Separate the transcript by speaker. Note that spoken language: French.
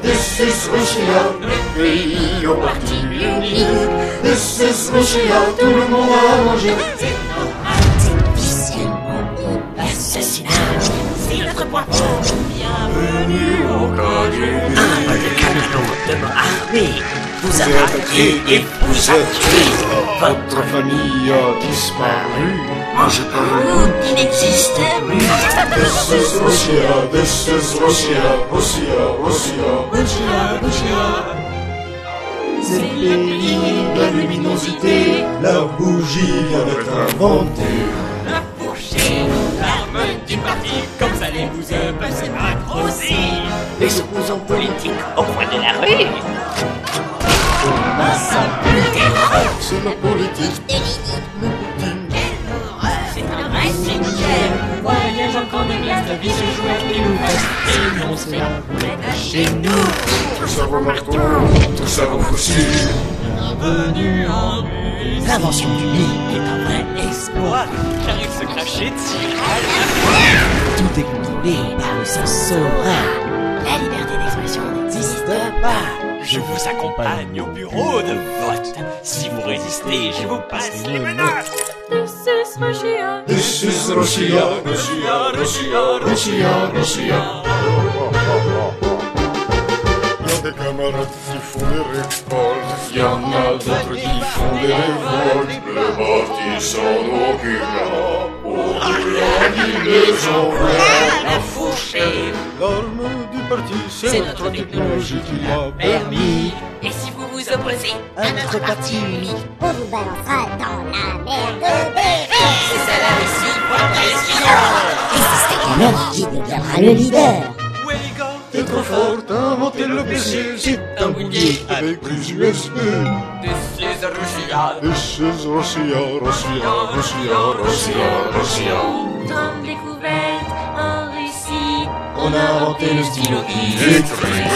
Speaker 1: This is Russia, le pays au parti unique. This is Russia, tout le monde a mangé.
Speaker 2: C'est nos artificiellement ou assassinat. C'est notre point fort. Bienvenue au KGB. Un peu de canon de mon armée vous a attaqué et vous a tué.
Speaker 1: Votre famille a disparu.
Speaker 2: Mangez par nous qui n'existe
Speaker 1: This
Speaker 2: plus.
Speaker 1: is Russia, this is Russia, Russia, Russia, Russia, Russia. C'est le pays de la luminosité, la bougie vient d'être inventée.
Speaker 2: Approchez l'arme du parti, comme ça les vous passer battre aussi. Les opposants politiques au coin de la rue.
Speaker 1: C'est la politique
Speaker 2: C'est un vrai signal.
Speaker 3: Voyage en camp de glace, la vie se joue à pile ou face. Et on se fait chez nous.
Speaker 1: Tout ça vaut marteau, tout ça vaut fossile.
Speaker 3: Bienvenue en Russie.
Speaker 2: L'invention du lit est un vrai exploit.
Speaker 3: J'arrive se cracher dessus.
Speaker 2: Tout est contrôlé par le sens souverain. La liberté d'expression n'existe pas.
Speaker 3: Je vous accompagne au bureau de vote. Si vous résistez, je vous passe les menaces.
Speaker 4: This is Russia.
Speaker 1: This is Russia, Russia, Russia, Russia, Russia. Y'a des camarades qui font des récoltes, y'en a d'autres qui font des révoltes. Le parti s'en occupera, au plan il les enverra.
Speaker 2: La fourchée,
Speaker 1: L'arme du parti,
Speaker 2: c'est notre technologie
Speaker 1: qui l'a permis.
Speaker 2: Et si vous vous opposez à notre parti unique,
Speaker 5: On vous balancera dans la merde
Speaker 2: c'est ça la Russie contre les Chinois.
Speaker 5: C'est l'homme qui deviendra le leader
Speaker 3: Ouais les gars
Speaker 1: T'es trop fort, t'as inventé le PC, c'est un boulier avec plus USB.
Speaker 3: This is Russia.
Speaker 1: This is Russia, Russia, Russia, Russia, Russia.
Speaker 4: Tombe découverte en Russie.
Speaker 1: On a inventé le stylo qui détruit.